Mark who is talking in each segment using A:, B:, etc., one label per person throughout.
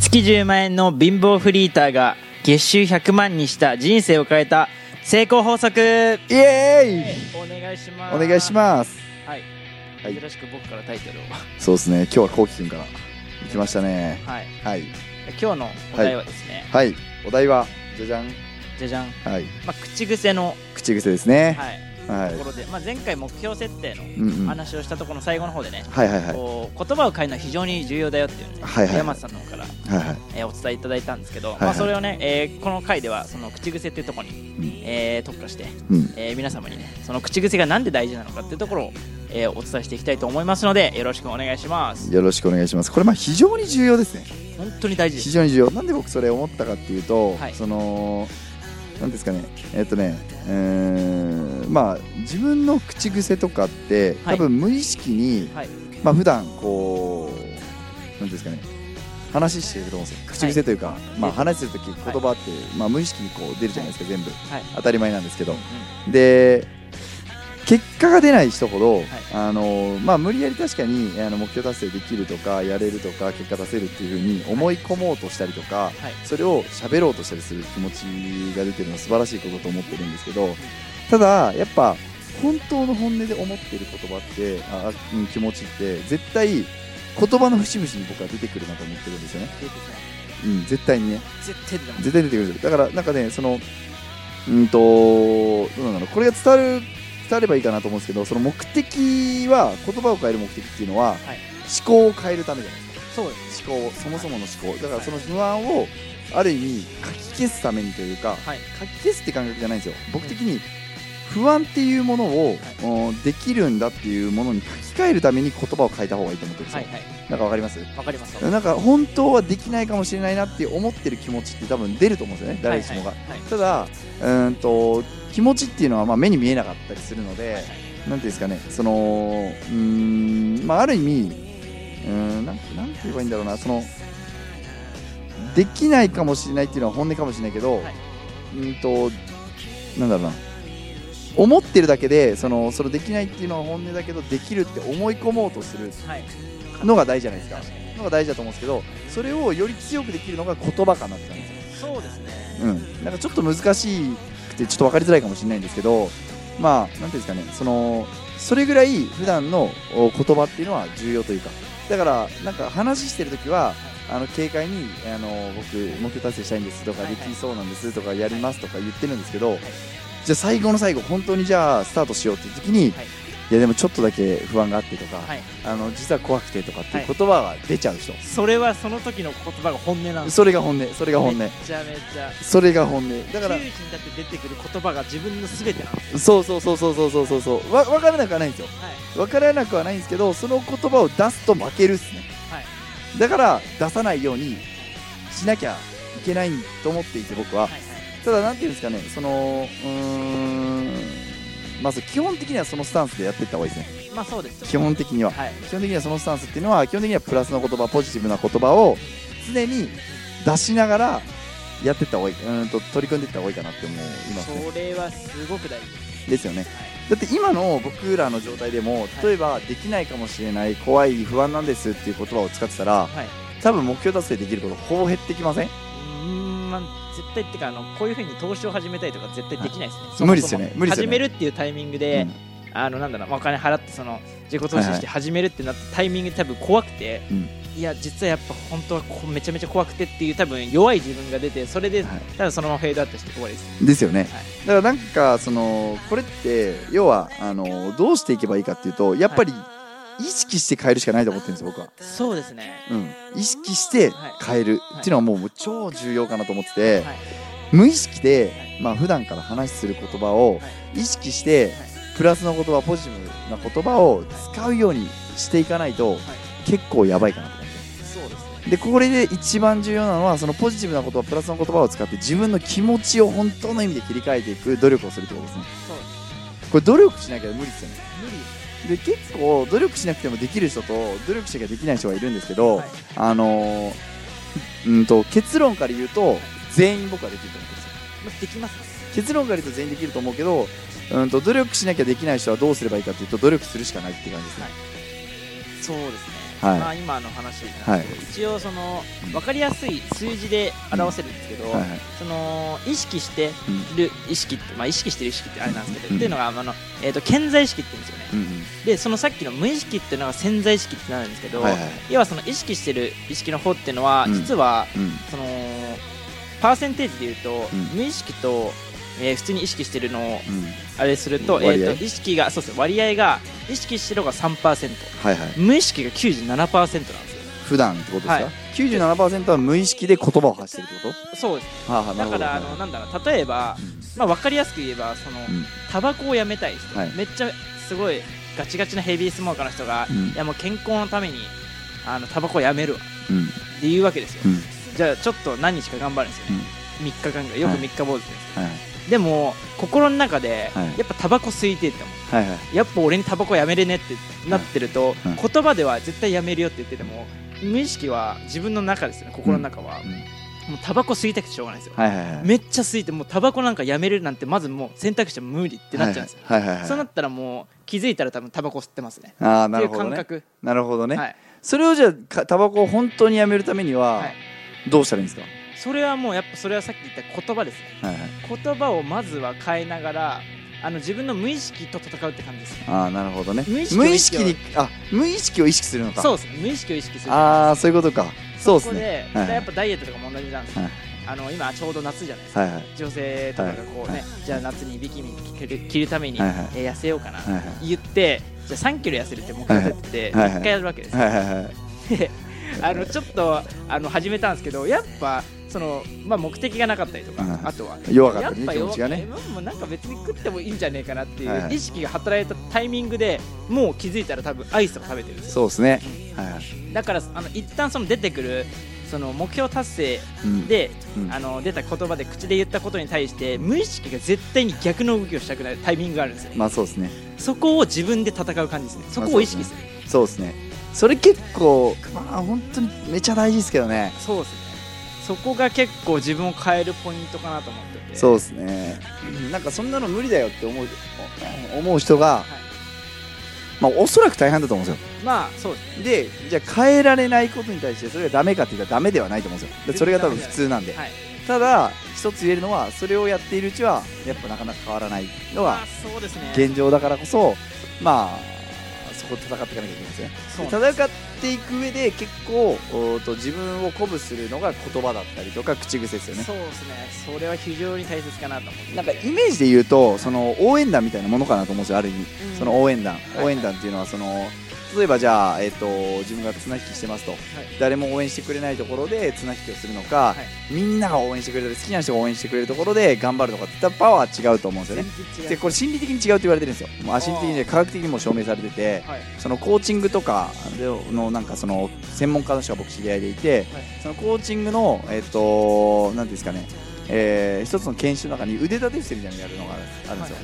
A: 月10万円の貧乏フリーターが月収100万にした人生を変えた成功法則
B: イエ
A: お願いしま
B: ーイお願いします
A: すはい、
B: はい
A: 珍しく僕からタイトルを
B: そうですね今日はこうきくんから行きましたね
A: はい
B: はい
A: 今日のお題はですね、
B: はいお題はじゃじゃん
A: じゃじゃん、
B: はい
A: まあ、口癖の、
B: 口癖ですね
A: はい
B: はい
A: ところで、まあ、前回目標設定
B: うんうん
A: の話をしたところの最後の方でね、
B: はいはいはい
A: こう言葉を変えるのは非常に重要だよっていうのをね、
B: はいはい
A: 山瀬さんの方から、
B: はいはい
A: えーお伝えいただいたんですけど、
B: いはい
A: まあ、それをね、えーこの回ではその口癖っていうところに、
B: うん
A: えー特化して、
B: うん
A: えー皆様にねその口癖がなんで大事なのかっていうところを、えーお伝えしていきたいと思いますのでよろしくお願いします
B: よろしくお願いしますこれまあ非常に重要ですね
A: 本当に大事で
B: 非
A: す
B: 常に重要なんで僕それ思ったかっていうと、
A: はい
B: そのなんですかねえっとねうーんまあ自分の口癖とかって
A: はい
B: 多分無意識に、
A: はい
B: まあ普段こうなんですかね話していると思うんですよ口癖というか、まあ、話するとき言葉って、まあ、無意識にこう出るじゃないですか、全部
A: はい
B: 当たり前なんですけどで結果が出ない人ほど、あのまあ、無理やり確かにあの目標達成できるとかやれるとか結果出せるっていうふうに思い込もうとしたりとか、
A: はい
B: それを喋ろうとしたりする気持ちが出てるのは素晴らしいことと思ってるんですけどただやっぱ本当の本音で思ってる言葉ってあ、うん、気持ちって絶対言葉の節々に僕は出てくるなと思ってるんですよね、
A: 出てきます
B: うん、絶対にね
A: 絶対出てます
B: 絶対出てくるだからなんかねそのうんとどうなんだろうこれが伝わる伝わればいいかなと思うんですけどその目的は言葉を変える目的っていうのは、思考を変えるためじゃないで
A: そうです
B: すか思考そもそもの思考だからその不安をある意味かき消すためにというか、
A: はい
B: かき消すって感覚じゃないんですよ僕的に不安っていうものを、うんできるんだっていうものに書き換えるために言葉を変えた方がいいと思ってるんです
A: は
B: よ、
A: いはい
B: なんかわかります
A: わかります
B: なんか本当はできないかもしれないなって思ってる気持ちって多分出ると思うんですよね誰しもが、
A: はいはいはい
B: ただうーんと気持ちっていうのはまあ目に見えなかったりするので、なんていうんですかねそのうーんまあある意味うーんなんなんて言えばいいんだろうなそのできないかもしれないっていうのは本音かもしれないけど、
A: はいう
B: ーんとなんだろうな思ってるだけでそのそれできないっていうのは本音だけどできるって思い込もうとする
A: はい
B: のが大事じゃないですか
A: 確かに
B: のが大事だと思うんですけどそれをより強くできるのが言葉かなって感じです
A: そうですね
B: うん、なんかちょっと難しくてちょっと分かりづらいかもしれないんですけどまあなんていうんですかねそのそれぐらい普段のお言葉っていうのは重要というかだからなんか話してるときはあの軽快にあの僕目標達成したいんですとか
A: はいは
B: で
A: い
B: きそうなんですとかやりますとか言ってるんですけど
A: い
B: じゃあ最後の最後本当にじゃあスタートしようっていう時に
A: はい
B: いやでもちょっとだけ不安があってとか
A: はい
B: あの実は怖くてとかっていう言葉が出ちゃう人
A: それはその時の言葉が本音なんです
B: それが本音それが本音
A: めっちゃめちゃ
B: それが本音だ
A: だ
B: か
A: からら窮地にだって出てくる言葉が自分の全てなんです
B: そうそうそうそうそうそうそうそうわ分からなくはないんですよ
A: はい
B: 分からなくはないんですけどその言葉を出すと負けるっすね、
A: はい
B: だから出さないようにしなきゃいけないと思っていて僕は、
A: はい
B: ただなんていうんですかねそのうーんまず基本的にはそのスタンスでやっていった方がいいですね
A: はいまあそうです
B: 基本的には
A: はい
B: 基本的にはそのスタンスっていうのは基本的にはプラスの言葉ポジティブな言葉を常に出しながらやっていった方がいいうーんと取り組んでいった方がいいかなって思いますね
A: それはすごく大事
B: ですよねだって今の僕らの状態でも例えばできないかもしれない怖い不安なんですっていう言葉を使ってたら
A: はい
B: 多分目標達成できることほぼ減ってきません
A: うーんまあ絶対ってかあのこういうふうに投資を始めたりとか絶対できないですね、そもそも
B: 無理ですよね無理です
A: 始
B: よね
A: めるっていうタイミングで、あのなんだろうまあお金払ってその自己投資
B: はい
A: し
B: はい
A: て始めるってなったタイミングで多分怖くて、
B: うん
A: いや実はやっぱ本当はこうめちゃめちゃ怖くてっていう多分弱い自分が出てそれで、
B: はい
A: 多分そのままフェードアウトして終わりです
B: うんですよね
A: はい
B: だからなんかそのこれって要はあのどうしていけばいいかっていうとやっぱり意識して変えるしかないと思ってるんですよ僕は、
A: そうですね
B: うん、意識して変える
A: い
B: っていうのはもう超重要かなと思ってて、
A: はい
B: 無意識で
A: は、
B: まあ普段から話する言葉を
A: は
B: 意識して、
A: はい
B: プラスの言葉ポジティブな言葉を使うようにしていかないと、結構やばいかなと思って
A: そうですね
B: でこれで一番重要なのはそのポジティブな言葉プラスの言葉を使って自分の気持ちを本当の意味で切り替えていく努力をするってことですね
A: そうです
B: これ努力しなきゃ無理ですよね
A: 無理
B: で結構努力しなくてもできる人と努力しなきゃできない人がいるんですけど、
A: はい
B: あのーうんと結論から言うと全員僕はできると思うんですよ
A: まあできますね
B: 結論から言うと全員できると思うけど、うん、と努力しなきゃできない人はどうすればいいかというと努力するしかないって感じですね、
A: はいそうですね
B: はい
A: まあ、今の話なんですけど、一応その分かりやすい数字で表せるんですけど、
B: はいはい
A: その意識してる意識って、まあ、意識してる意識ってあれなんですけど、
B: うん
A: っていうのがあの、えー、と潜在意識って言うんですよね
B: うん
A: でそのさっきの無意識っていうのが潜在意識ってなるんですけ
B: う
A: ど、
B: んはいはいはい
A: 要はその意識してる意識の方っていうのは、
B: うん
A: 実は
B: うん
A: そのパーセンテージで言うと、
B: うん
A: 無意識と、えー普通に意識してるのを
B: うん
A: あれすると,、え
B: 割合
A: ー、と意識がそうです割合が意識してる方が3%
B: はいはい
A: 無意識が97%なんですよ
B: 普段ってことですか、
A: はい
B: 97%は無意識で言葉を発してるってこ
A: そうです
B: とはあはあ
A: だ
B: なる
A: か
B: ほど
A: らあのなんだろう例えば、まあ、分かりやすく言えばその
B: うん
A: タバコをやめたい人、
B: はい
A: めっちゃすごいガチガチなヘビースモーカーの人が、
B: うん
A: いやもう健康のためにあのタバコをやめるわ
B: うんうん
A: っていうわけですよ、
B: うん
A: じゃあちょっと何日か頑張るんですよね、3日間ぐらいよく3日坊主です、
B: はい
A: でも心の中で、
B: はい
A: やっぱタバコ吸いてえって思
B: はいはいはいう
A: やっぱ俺にタバコやめれねってなってると、
B: うん
A: 言葉では絶対やめるよって言ってても無意識は自分の中ですよね心の中は、もうタバコ吸いたくてしょうがないんですよ、
B: はいはいはい
A: めっちゃ吸いてもうタバコなんかやめるなんてまずもう選択肢は無理ってなっちゃうんですよ、
B: はいはいはい
A: そうなったらもう気づいたら多分タバコ吸ってますね
B: ああ
A: っ
B: な
A: てい
B: る
A: う
B: ほ
A: 感
B: どね
A: 覚、
B: なるほどね、
A: はい、
B: それをじゃあかタバコを本当にやめるために
A: は
B: はいどうしたらいいんです
A: それはもうやっぱそれはさっき言った言葉ですね
B: か、はいはい、
A: 言葉をまずは変えながらあの自分の無意識と戦うって感じですね
B: ああなるほどね
A: 無意識を
B: 無意識にあ無意識を意識するのか
A: そううですね無意識を意識する
B: ああそういうことかそうですね
A: ね
B: はいはい
A: やっぱダイエットとかも同じなんですよ、
B: はい
A: あの今ちょうど夏じゃないですか、
B: はいはい
A: 女性とかがこうね、
B: はい
A: じゃあ夏にビキニ着る着るために、
B: はいはい
A: えー痩せようかな、
B: はいはい
A: 言ってじゃあ3キロ痩せるって目標立てて
B: はいはいはいはい
A: 1回やるわけですよ、
B: はいはいはい
A: であのちょっとあの始めたんですけどやっぱその、まあ、目的がなかったりとか、
B: うん
A: あとは
B: 弱かったね
A: やぱ弱
B: 気持ちがね
A: まあもうなんか別に食ってもいいんじゃねえかなってい
B: はいは
A: う
B: い
A: 意識が働いたタイミングでもう気づいたら多分アイスを食べてるんですよ
B: そうですねはいはい
A: だからあの一旦その出てくるその目標達成
B: うん
A: で、
B: うん
A: あの出た言葉で口で言ったことに対して無意識が絶対に逆の動きをしたくなるタイミングがあるんですよ、
B: まあそうですね
A: そこを自分で戦う感じですねそこを意識する、
B: そうですねそれ結構まあ本当にめちゃ大事ですけどね
A: そうですねそこが結構自分を変えるポイントかなと思ってて
B: そうですねなんかそんなの無理だよって思う思う人が、まあおそらく大半だと思うんですよ
A: まあそうですね
B: でじゃあ変えられないことに対してそれがダメかって言ったらダメではないと思うんですよでそれが多分普通なんで、
A: はい
B: ただ一つ言えるのはそれをやっているうちはやっぱなかなか変わらないの
A: まあ
B: が
A: そうですね
B: 現状だからこそまあそこ戦っていかなきゃいけないですね
A: そう
B: で
A: なんです
B: 戦っていく上で結構おーと自分を鼓舞するのが言葉だったりとか口癖ですよね
A: そうですねそれは非常に大切かなと思ってて
B: なんかイメージで言うとその応援団みたいなものかなと思うんですよある意味
A: うん
B: その応援団、
A: はい
B: 応援団っていうのはその例えばじゃあ、えっと自分が綱引きしてますと、誰も応援してくれないところで綱引きをするのか、
A: は
B: みんなが応援してくれる好きな人が応援してくれるところで頑張るのかっていったパワーは違うと思うんです
A: 全
B: よね
A: 然違
B: で
A: う
B: これ心理的に違うって言われてるんですよ、まあ、心理的にね科学的にも証明されてて
A: はい
B: そのコーチングとかでのなんかその専門家の人が僕知り合いでいて、
A: はい
B: そのコーチングのえっ、となんていうんですかね、えー一つの研修の中に腕立て伏せみたいなのやるのがあるあるんですよ、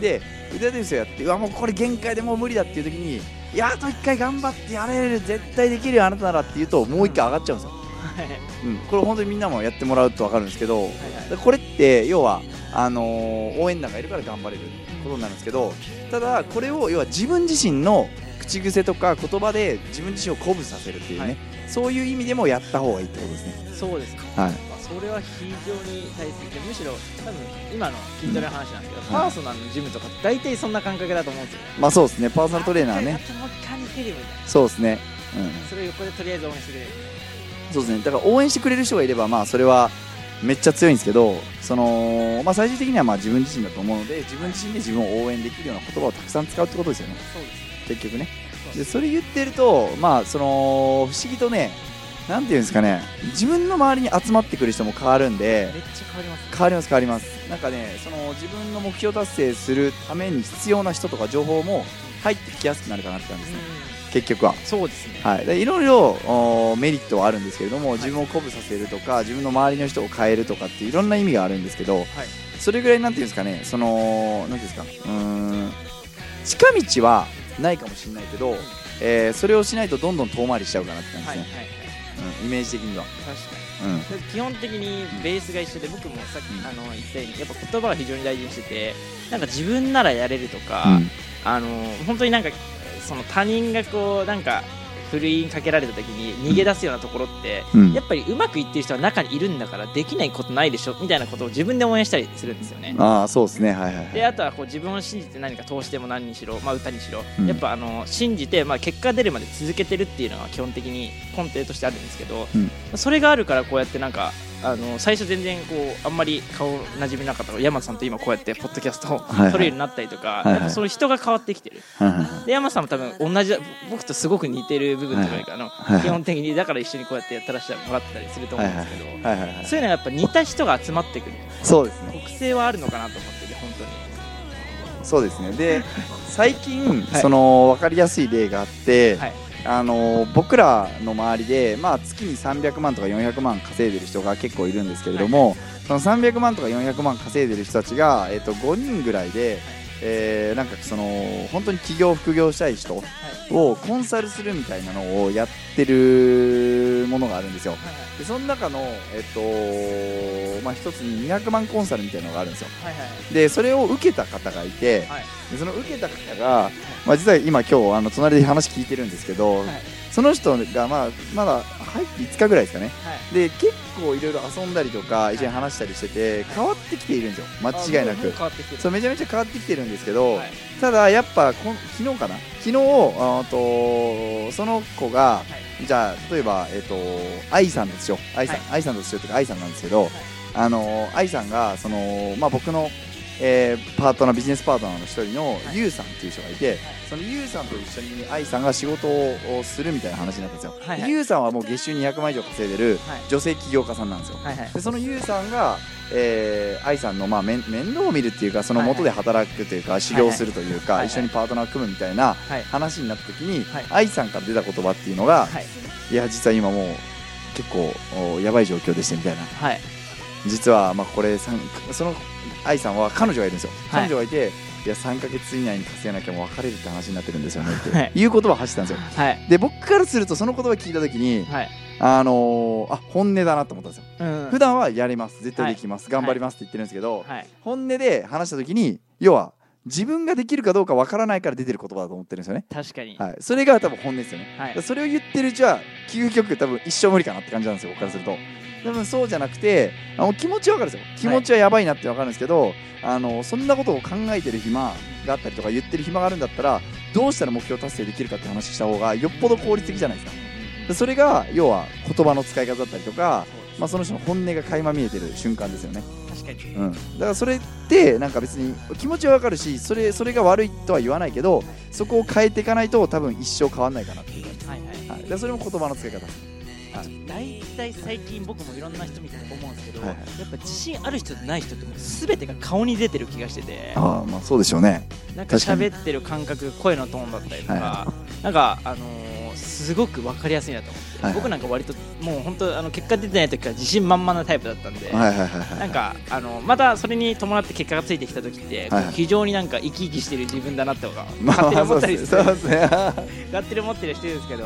B: で腕立て伏せをやってうわもうこれ限界でもう無理だっていう時にいやあと一回頑張ってやれる絶対できるよあなたならっていうともう一回上がっちゃうんですよ、
A: はい
B: うん、これ本当にみんなもやってもらうと分かるんですけど
A: はいはい
B: でこれって要はあのー応援団がいるから頑張れることになるんですけどただこれを要は自分自身の口癖とか言葉で自分自身を鼓舞させるっていうね、
A: はい
B: そういう意味でもやった方がいいってことですね
A: そうですね
B: はい
A: まあそれは非常に大切でむしろ多分今の筋トレの話なんですけど、
B: ん
A: パーソナルのジムとか大体そんな感覚だと思うんですよね
B: まあそうですねパーソナルトレーナーね
A: あもう一回似てるよみたい
B: そうですね
A: なそれを横でとりあえず応援してくれる
B: うんそうですねだから応援してくれる人がいればまあそれはめっちゃ強いんですけどその、まあ、最終的にはまあ自分自身だと思うので自分自身で自分を応援できるような言葉をたくさん使うってことですよね
A: そうです
B: 結局ねでそれ言ってるとまあその不思議とねなんていうんですかね自分の周りに集まってくる人も変わるんで
A: めっちゃ変わります
B: 変わります変わりますなんかねその自分の目標達成するために必要な人とか情報も入ってきやすくなるかなって感じですね結局は
A: そうですね
B: はい、でいろいろおーメリットはあるんですけれども自分を鼓舞させるとか自分の周りの人を変えるとかっていろんな意味があるんですけど、それぐらいなんていうんですかねそのなんていうんですかうーん近道はないかもしれないけど、えーそれをしないとどんどん遠回りしちゃうかなって感じ
A: はいはい
B: で
A: はい
B: すね、うんイメージ的には、
A: 確か
B: うん、
A: に基本的にベースが一緒で僕もさっき、
B: うん
A: あの言ったようにやっぱ言葉が非常に大事にしててなんか自分ならやれるとか、
B: うん
A: あの本当になんかその他人がこうなんかふるいにかけられた時に逃げ出すようなところって、
B: うん
A: やっぱりうまくいってる人は中にいるんだからできないことないでしょみたいなことを自分で応援したりするんですよね。
B: ああそうですねはいはい
A: で
B: はい
A: あとはこう自分を信じて何か投資でも何にしろ、まあ、歌にしろ、
B: うん
A: やっぱあの信じて、まあ、結果出るまで続けてるっていうのが基本的に根底としてあるんですけど、
B: うん
A: それがあるからこうやってなんかあの最初全然こうあんまり顔なじみなかった山さんと今こうやってポッドキャストを
B: はいはい
A: 撮るようになったりとか、
B: いはい
A: やっぱその人が変わってきてる、
B: はいはいはい
A: で山さんも多分同じだ僕とすごく似てる部分とかいうかあの、
B: はいはい
A: 基本的にだから一緒にこうやってやったらしてもらったりすると思うんですけど、
B: はいはいはい
A: そういうのがやっぱ似た人が集まってくる
B: そうですね
A: 特性はあるのかなと思ってて本当に。
B: そうですねで最近、
A: はい
B: その分かりやすい例があって、
A: はい
B: あの僕らの周りで、まあ、月に300万とか400万稼いでる人が結構いるんですけれども、その300万とか400万稼いでる人たちが、えっと5人ぐらいで、えーなんかその本当に起業副業したい人をコンサルするみたいなのをやってるものがあるんですよでその中の、えっとまあ、一つに200万コンサルみたいなのがあるんですよ
A: はいはい
B: でそれを受けた方がいて、
A: はい
B: でその受けた方が、まあ、実は今今日あの隣で話聞いてるんですけど、
A: はい
B: その人が、まあ、まだ入って5日ぐらいですかね
A: はい
B: で結構いろいろ遊んだりとか一緒に話したりしてて変わってきているんですよ間違いな
A: あもうもう
B: く
A: 変わってきてる
B: そうめちゃめちゃ変わってきてるんですけど、
A: はい
B: ただやっぱこん昨日かな昨日あーとその子が、じゃあ例えば、えっと愛さんとしよう愛さん、
A: は
B: 愛さんとしようというか愛さんなんですけど、あの愛さんがその、まあ、僕の、えーパートナービジネスパートナーの一人の
A: はい
B: ゆうさんっていう人がいて、そのゆうさんと一緒に愛さんが仕事をするみたいな話になったんですよ、
A: はいはい
B: ゆうさんはもう月収200万以上稼いでる
A: はい
B: 女性起業家さんなんですよ、
A: はいはい
B: でそのゆうさんが、えー、愛さんの、まあ、面面倒を見るっていうかその元で働くというか、修行するというか、
A: はいはい
B: 一緒にパートナーを組むみたいな
A: はい
B: 話になった時に、
A: はい
B: 愛さんから出た言葉っていうのが、
A: はい
B: い、や実は今もう結構おやばい状況でしてみたいな
A: はい
B: 実は、まあ、これさんその愛さんは彼女がいるんですよ、
A: はい
B: 彼女がいていや3ヶ月以内に稼がなきゃもう別れるって話になってるんですよねって、
A: はい
B: い、う言葉を発したんですよ
A: はい
B: で僕からするとその言葉聞いた時に
A: はい
B: あのーあ本音だなと思ったんですよ
A: うん
B: 普段はやります絶対できます、頑張りますって言ってるんですけど、
A: はい
B: 本音で話した時に要は自分ができるかどうかわからないから出てる言葉だと思ってるんですよね、
A: 確かに
B: はい、それが多分本音ですよね
A: は
B: それを言ってるうちは究極多分一生無理かなって感じなんですよ僕からすると多分そうじゃなくてあの気持ちは分かるんですよ気持ちはやばいなって分かるんですけど、あのそんなことを考えてる暇があったりとか言ってる暇があるんだったらどうしたら目標達成できるかって話した方がよっぽど効率的じゃないですかでそれが要は言葉の使い方だったりとか、まあ、その人の本音が垣間見えてる瞬間ですよね、
A: 確かに
B: うん、だからそれってなんか別に気持ちは分かるしそれそれが悪いとは言わないけどそこを変えていかないと多分一生変わんないかなっていう感じ
A: はいはい
B: はい、でそれも言葉の使い方
A: 大体最近僕もいろんな人見てて思うんですけど、
B: はいはい
A: やっぱ自信ある人とない人ってもう全てが顔に出てる気がしてて
B: ああまあそうでしょうね
A: なんか
B: 確かに
A: 喋ってる感覚声のトーンだったりとか、
B: はい
A: なんかあのーすごく分かりやすいなと思って、
B: はいはい
A: 僕なんか割ともう本当あの結果出てない時から自信満々なタイプだったんで、
B: はいはいはいはい
A: なんかあのまたそれに伴って結果がついてきた時って、
B: はいはい
A: 非常になんか生き生きしてる自分だなとか
B: ま
A: 勝手に
B: あ
A: 思
B: そ
A: っ
B: う
A: たり
B: ですすねそう
A: る
B: ですねは
A: 勝手に思ってる人ですけど、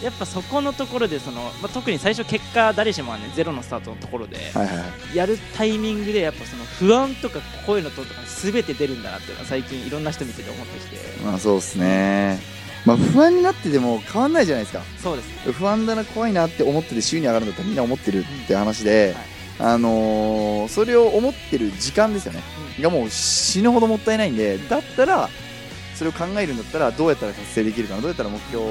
B: い
A: やっぱそこのところでその、まあ、特に最初結果誰しもはねゼロのスタートのところで、
B: はいはい
A: やるタイミングでやっぱその不安とか声のトーンとか全て出るんだなっていうのは最近いろんな人見てて思ってきて
B: まあそうですねまあ不安になってても変わんないじゃないですか
A: そうですね
B: 不安だな怖いなって思ってて週に上がるんだったらみんな思ってるって話で、あのーそれを思ってる時間ですよね、がもう死ぬほどもったいないんでだったらそれを考えるんだったらどうやったら達成できるかなどうやったら目標を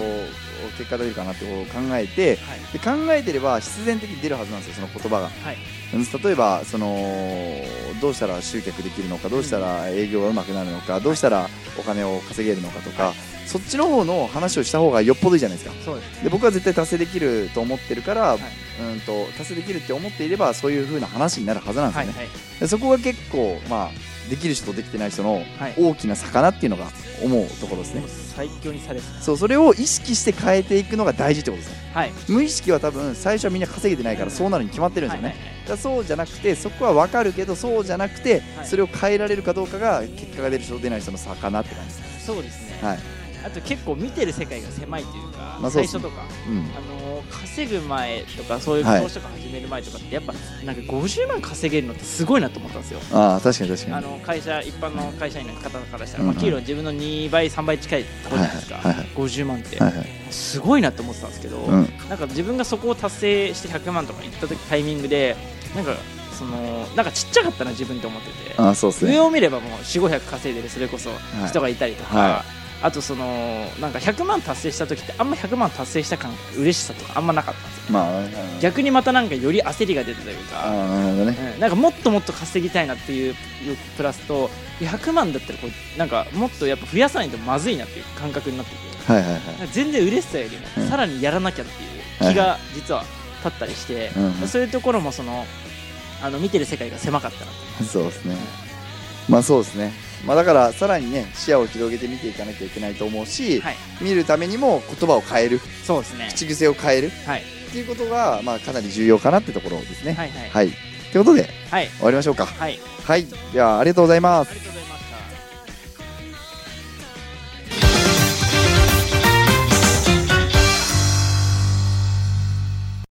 B: 結果出るかなってことを考えて、
A: はい
B: で考えてれば必然的に出るはずなんですよその言葉が、
A: はい
B: うん例えばそのどうしたら集客できるのかどうしたら営業がうまくなるのかどうしたらお金を稼げるのかとか、そっちの方の話をした方がよっぽどいいじゃないですか
A: そうです
B: で僕は絶対達成できると思ってるから、
A: い
B: うんと達成できるって思っていればそういう風な話になるはずなんです
A: は
B: よ
A: い
B: ね、
A: はい
B: でそこが結構まあできる人とできてない人の
A: はい
B: 大きな差かなっていうのが思うところです
A: も
B: ね
A: う最強に差ですね
B: そうそれを意識して変えていくのが大事ってことですね
A: はい
B: 無意識は多分最初はみんな稼げてないからそうなるに決まってるんですよね、
A: はいはいはい
B: だからそうじゃなくてそこは分かるけどそうじゃなくて
A: はい
B: それを変えられるかどうかが結果が出る人と出ない人の差かなって感じです
A: そうですね
B: はい
A: あと結構見てる世界が狭いというか、
B: まあそ
A: 最
B: うです
A: 初
B: ね
A: とか、
B: うん
A: あのー稼ぐ前とかそういう
B: はい
A: 投資とか始める前とかってやっぱなんか50万稼げるのってすごいなと思ったんですよ。
B: ああ確かに確か
A: あ
B: に
A: の会社一般の会社員の方からしたら、
B: うん
A: まあ、給料自分の2倍3倍近いところじゃないですか、
B: はいはいはい
A: 50万って、
B: はいはい
A: すごいなと思ってたんですけど、
B: うん
A: なんか自分がそこを達成して100万とかいった時タイミングでなんかそのなんかちっちゃかったな自分と思ってて、
B: ああそうです
A: 上
B: ね
A: を見ればもう4500稼いでるそれこそ
B: い
A: 人がいたりとか、
B: は
A: あとそのなんか100万達成した時ってあんま100万達成した感嬉しさとかあんまなかったんですよ
B: まあ
A: 逆にまたなんかより焦りが出てたという
B: あ
A: か
B: あなるほどね
A: うんなんかもっともっと稼ぎたいなっていうプラスと100万だったらこうなんかもっとやっぱ増やさないとまずいなっていう感覚になってくる
B: はいはいはい
A: なんか全然嬉しさよりも
B: うん
A: さらにやらなきゃっていう気が実は立ったりして、
B: うん
A: そういうところもそのあの見てる世界が狭かったなと
B: そうですね。まあそうですね。まあだからさらにね視野を広げて見ていかなきゃいけないと思うし、
A: はい
B: 見るためにも言葉を変える、
A: そうですね
B: 口癖を変える
A: はい
B: っていうことがまあかなり重要かなってところですね。
A: はいはい
B: はい。ということで
A: はい
B: 終わりましょうか。
A: はい
B: はい。ではありがとうございます。
A: ありがとうございます